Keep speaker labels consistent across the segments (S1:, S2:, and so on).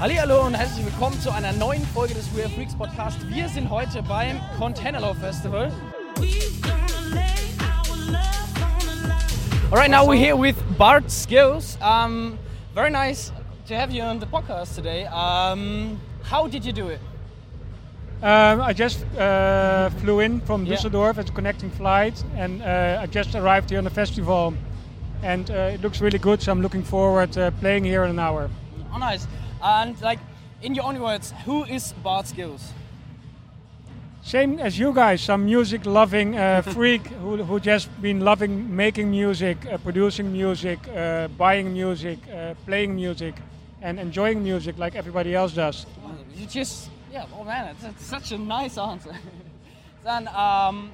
S1: Hallo und herzlich willkommen zu einer neuen Folge des We Are Freaks Podcast. Wir sind heute beim Container Festival. All right, now we're here with Bart Skills. Um, very nice to have you on the podcast today. Um, how did you do it?
S2: Um, I just uh, flew in from
S1: Yeah.
S2: Düsseldorf as a connecting flight, and uh, I just arrived here on the festival, and uh, it looks really good. So I'm looking forward uh, playing here in an hour.
S1: Oh, nice. And like, in your own words, who is Bart Skills?
S2: Same as you guys, some music-loving uh, freak who, who just been loving making music, uh, producing music, uh, buying music, uh, playing music, and enjoying music like everybody else does.
S1: You just, yeah, oh man, it's, it's such a nice answer. then, um,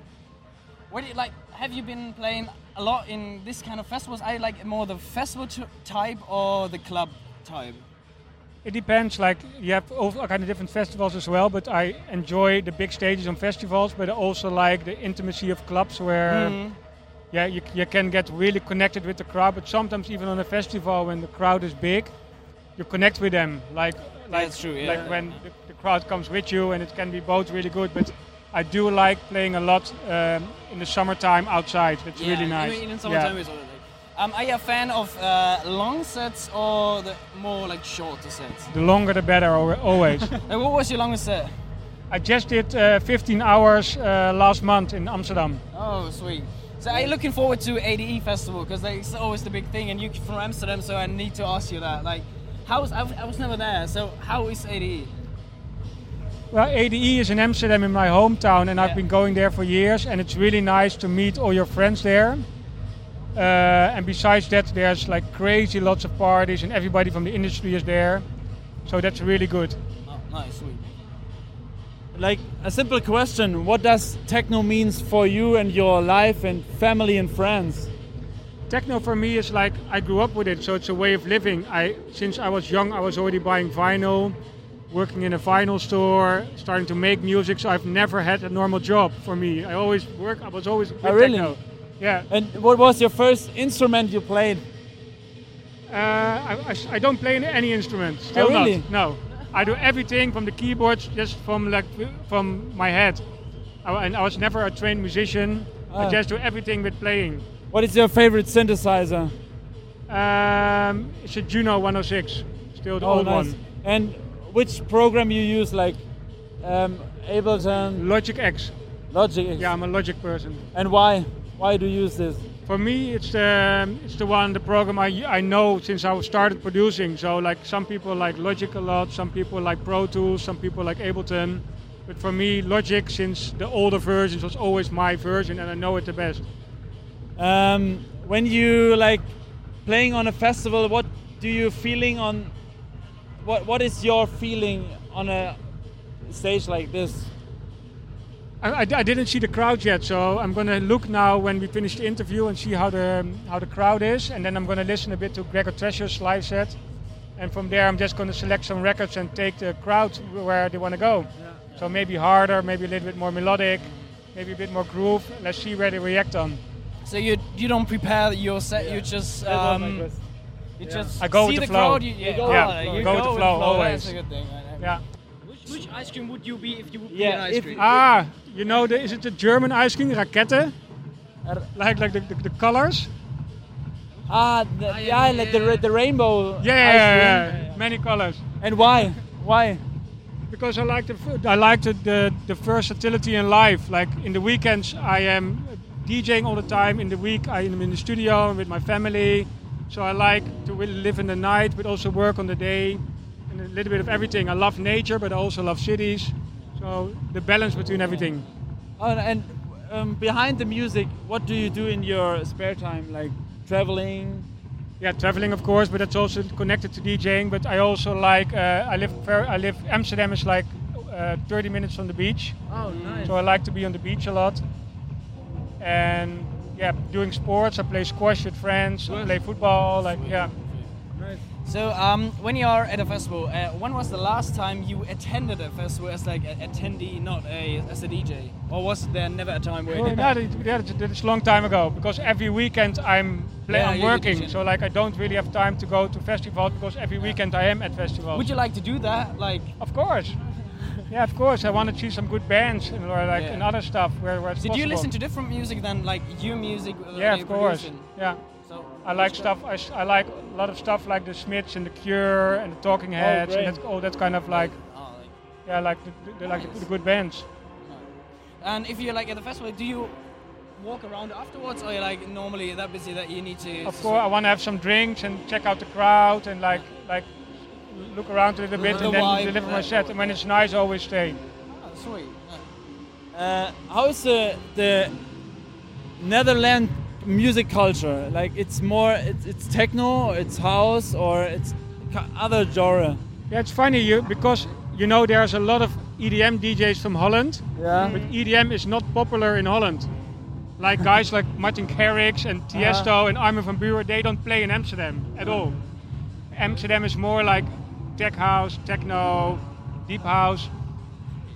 S1: what do you, like, have you been playing a lot in this kind of festivals? Are you like more the festival t- type or the club type?
S2: It depends. Like you have all kind of different festivals as well, but I enjoy the big stages on festivals, but I also like the intimacy of clubs where,
S1: Mm-hmm.
S2: yeah, you, you can get really connected with the crowd. But sometimes even on a festival, when the crowd is big, you connect with them. Like, like
S1: That's true, yeah.
S2: Like when the, the crowd comes with you, and it can be both really good. But I do like playing a lot um, in the summertime outside. It's really nice.
S1: I mean, in
S2: Yeah.
S1: summertime is already. Um, are you a fan of uh, long sets or the more like shorter sets?
S2: the longer the better, al- always.
S1: Like, what was your longest set?
S2: I just did uh, 15 hours uh, last month in Amsterdam.
S1: Oh, sweet. So are you looking forward to ADE Festival? Because it's always the big thing, and you're from Amsterdam, so I need to ask you that. Like, how is, I was- I was never there, so how is E? ADE?
S2: Well, ADE is in Amsterdam in my hometown, and
S1: Yeah.
S2: I've been going there for years, and it's really nice to meet all your friends there. Uh, and besides that, there's like crazy lots of parties, and everybody from the industry is there. So that's really good.
S1: Oh, nice, sweet.
S3: like a simple question what does techno means for you and your life and family and friends
S2: Techno for me is like I grew up with it, so it's a way of living. I since I was young, I was already buying vinyl, working in a vinyl store, starting to make music. So I've never had a normal job for me. I always work. I was always with
S3: Oh, really?
S2: techno. Yeah.
S3: and what was your first instrument you played
S2: Uh, I, I s- I don't play any instrument. Still
S3: Ah, really?
S2: not. No. I do everything from the keyboards, just from like from my head. I, and I was never a trained musician.
S3: Ah.
S2: I just do everything with playing.
S3: what is your favorite synthesizer
S2: Um, it's a Juno 106, still the
S3: Oh,
S2: old
S3: nice.
S2: one.
S3: and which program you use like um, ableton
S2: Logic X.
S3: logic
S2: Yeah, I'm a Logic person.
S3: and why why do you use this
S2: For me, it's the it's the one the program I, I know since I started producing. So like some people like Logic a lot, some people like Pro Tools, some people like Ableton. But for me, Logic since the older versions was always my version, and I know it the best.
S3: um, when you like playing on a festival what do you feeling on what what is your feeling on a stage like this
S2: I, I, I didn't see the crowd yet, so I'm gonna look now when we finish the interview and see how the how the crowd is, and then I'm gonna listen a bit to Gregor Treasure's live set, and from there I'm just gonna select some records and take the crowd where they wanna go. So maybe harder, maybe a little bit more melodic, maybe a bit more groove. Let's see where they react on.
S1: So you you don't prepare your set, you just
S3: That was my
S1: um,
S3: question.
S1: you just
S2: I
S1: see
S2: go with the
S1: the
S2: flow.
S1: crowd. You, yeah,
S3: go
S1: oh,
S3: with
S1: yeah,
S3: the flow.
S1: you
S2: Go with the
S1: with
S2: flow,
S1: That's
S2: always.
S1: a good thing. I- I-
S2: Yeah.
S1: Which, which ice cream would you be if you would
S3: Yeah, if-
S2: Ah, you know, the, is it the German ice cream, Rakete?
S3: Er-
S2: Like like the, the, the colors?
S3: Ah, the, yeah, like the, ra- the rainbow.
S2: Yeah,
S3: ice
S2: yeah,
S3: cream.
S2: yeah, many colors.
S3: And why? Why?
S2: Because I like the I like the, the the versatility in life. Like in the weekends, I am DJing all the time. In the week, I am in the studio with my family. So I like to really live in the night, but also work on the day, and a little bit of everything. I love nature, but I also love cities. So the balance between everything.
S3: Oh, and um, behind the music, what do you do in your spare time? Like traveling?
S2: Yeah, traveling of course, but that's also connected to DJing. But I also like uh, I live ver- I live Amsterdam is like uh, 30 minutes from the beach.
S3: Oh, nice.
S2: So I like to be on the beach a lot. And yeah, doing sports. I play squash with friends. I play football. Like yeah,
S3: nice.
S1: So um, when you are at a festival, uh, when was the last time you attended a festival as like an attendee, not a, as a DJ? Or was there never a time where?
S2: Well, no, that, that, that's a long time ago because every weekend I'm, play,
S1: Yeah,
S2: I'm
S1: you- you
S2: working,
S1: didn't.
S2: so like I don't really have time to go to festival because every weekend I am at festivals.
S1: Would you like to do that? Like,
S2: Of course. Yeah, of course. I want to see some good bands and or like
S1: Yeah.
S2: and other stuff where, where it's
S1: did you
S2: possible.
S1: listen to different music than like you music? uh,
S2: Yeah,
S1: you
S2: of course.
S1: producing?
S2: Yeah,
S1: So
S2: I like
S1: which-
S2: stuff. I, s- I like a lot of stuff like the Smiths and the Cure and the Talking Heads
S3: great.
S2: and that, all that kind of like
S1: Oh, like,
S2: yeah, like the, the, the- like the,
S1: Nice.
S2: the good bands.
S1: no. And if you're like at the festival, do you walk around afterwards, or you're like normally that busy that you need to?
S2: Of course, I want to have some drinks and check out the crowd and like like look around a little bit
S1: The
S2: and then
S1: vibe,
S2: deliver my
S1: that-
S2: set. And when it's nice, I always stay.
S1: Oh, sweet. Yeah.
S3: Uh, how is the the Netherlands music culture? Like it's more it's, it's techno, it's house, or it's ca- other genre.
S2: Yeah, it's funny you because you know there's a lot of E EDM DJs from Holland.
S3: Yeah.
S2: But EDM is not popular in Holland. Like guys like Martin Garrix and Tiesto and Armin van Buuren, they don't play in Amsterdam at all. Amsterdam is more like tech house, techno, deep house,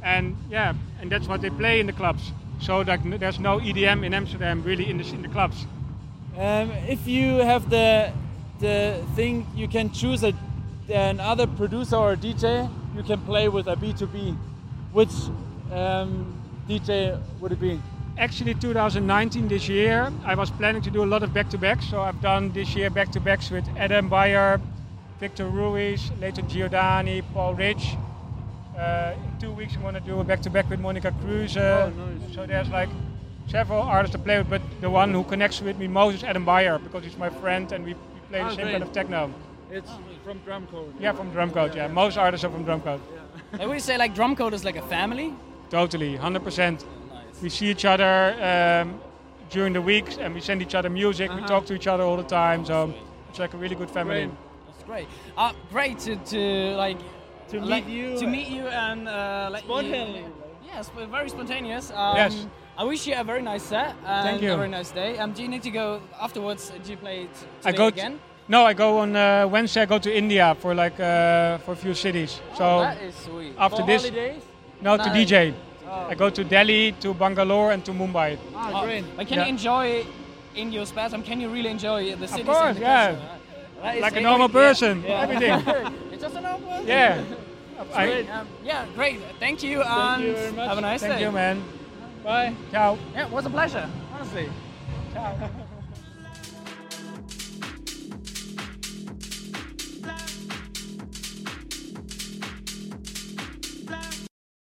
S2: and yeah, and that's what they play in the clubs. So like n- there's no EDM in Amsterdam really in the, s- in the clubs.
S3: Um, if you have the the thing, you can choose a, another producer or DJ. You can play with a B2B. Which um, DJ would it be?
S2: Actually, 2019 this year, I was planning to do a lot of back-to-backs. So I've done this year back-to-backs with Adam Bayer, Victor Ruiz, Leighton Giordani, Paul Rich. Uh, in two weeks, I'm going to do a back-to-back with Monica Cruz.
S3: Oh, nice.
S2: So there's like several artists to play with, but the one who connects with me most is Adam Bayer because he's my friend and we, we play
S3: Ah,
S2: the same
S3: great.
S2: kind of techno.
S3: It's from Drumcode.
S2: Yeah, from Drumcode. Yeah, most artists are from Drumcode.
S1: Like, would you say like drum code is like a family?
S2: Totally, 100%.
S1: Nice.
S2: we see each other um, during the weeks and we send each other music we talk to each other all the time so it's like a really good family
S3: Great.
S1: That's Uh-huh. great. Uh, great to, to like uh,
S3: To
S1: like,
S3: meet you.
S1: to meet you and uh, like
S3: Spontaneous.
S1: Yes, but very spontaneous. Um,
S2: Yes.
S1: I wish you a very nice set and
S2: Thank you.
S1: a very nice day. Um, do you need to go afterwards? Do you play t- today
S2: i go t-
S1: again?
S2: no i go on uh, wednesday i go to india for like uh, for a few cities so
S1: oh, that is sweet.
S2: after
S3: For
S2: this
S3: holidays.
S2: no to
S1: Nice.
S2: dj i go to delhi to bangalore and to mumbai
S3: Ah,
S1: Oh,
S3: great.
S1: But can
S2: Yeah.
S1: you enjoy in your spare time? Can you really enjoy the city?
S2: course, yeah. like a normal person everything
S1: it's just a normal person.
S2: yeah I-
S1: Um, yeah, great. Thank you and
S3: you very much.
S1: have a nice
S2: thank
S1: day.
S2: you man
S3: Bye.
S2: ciao
S1: Yeah, it was a pleasure, honestly.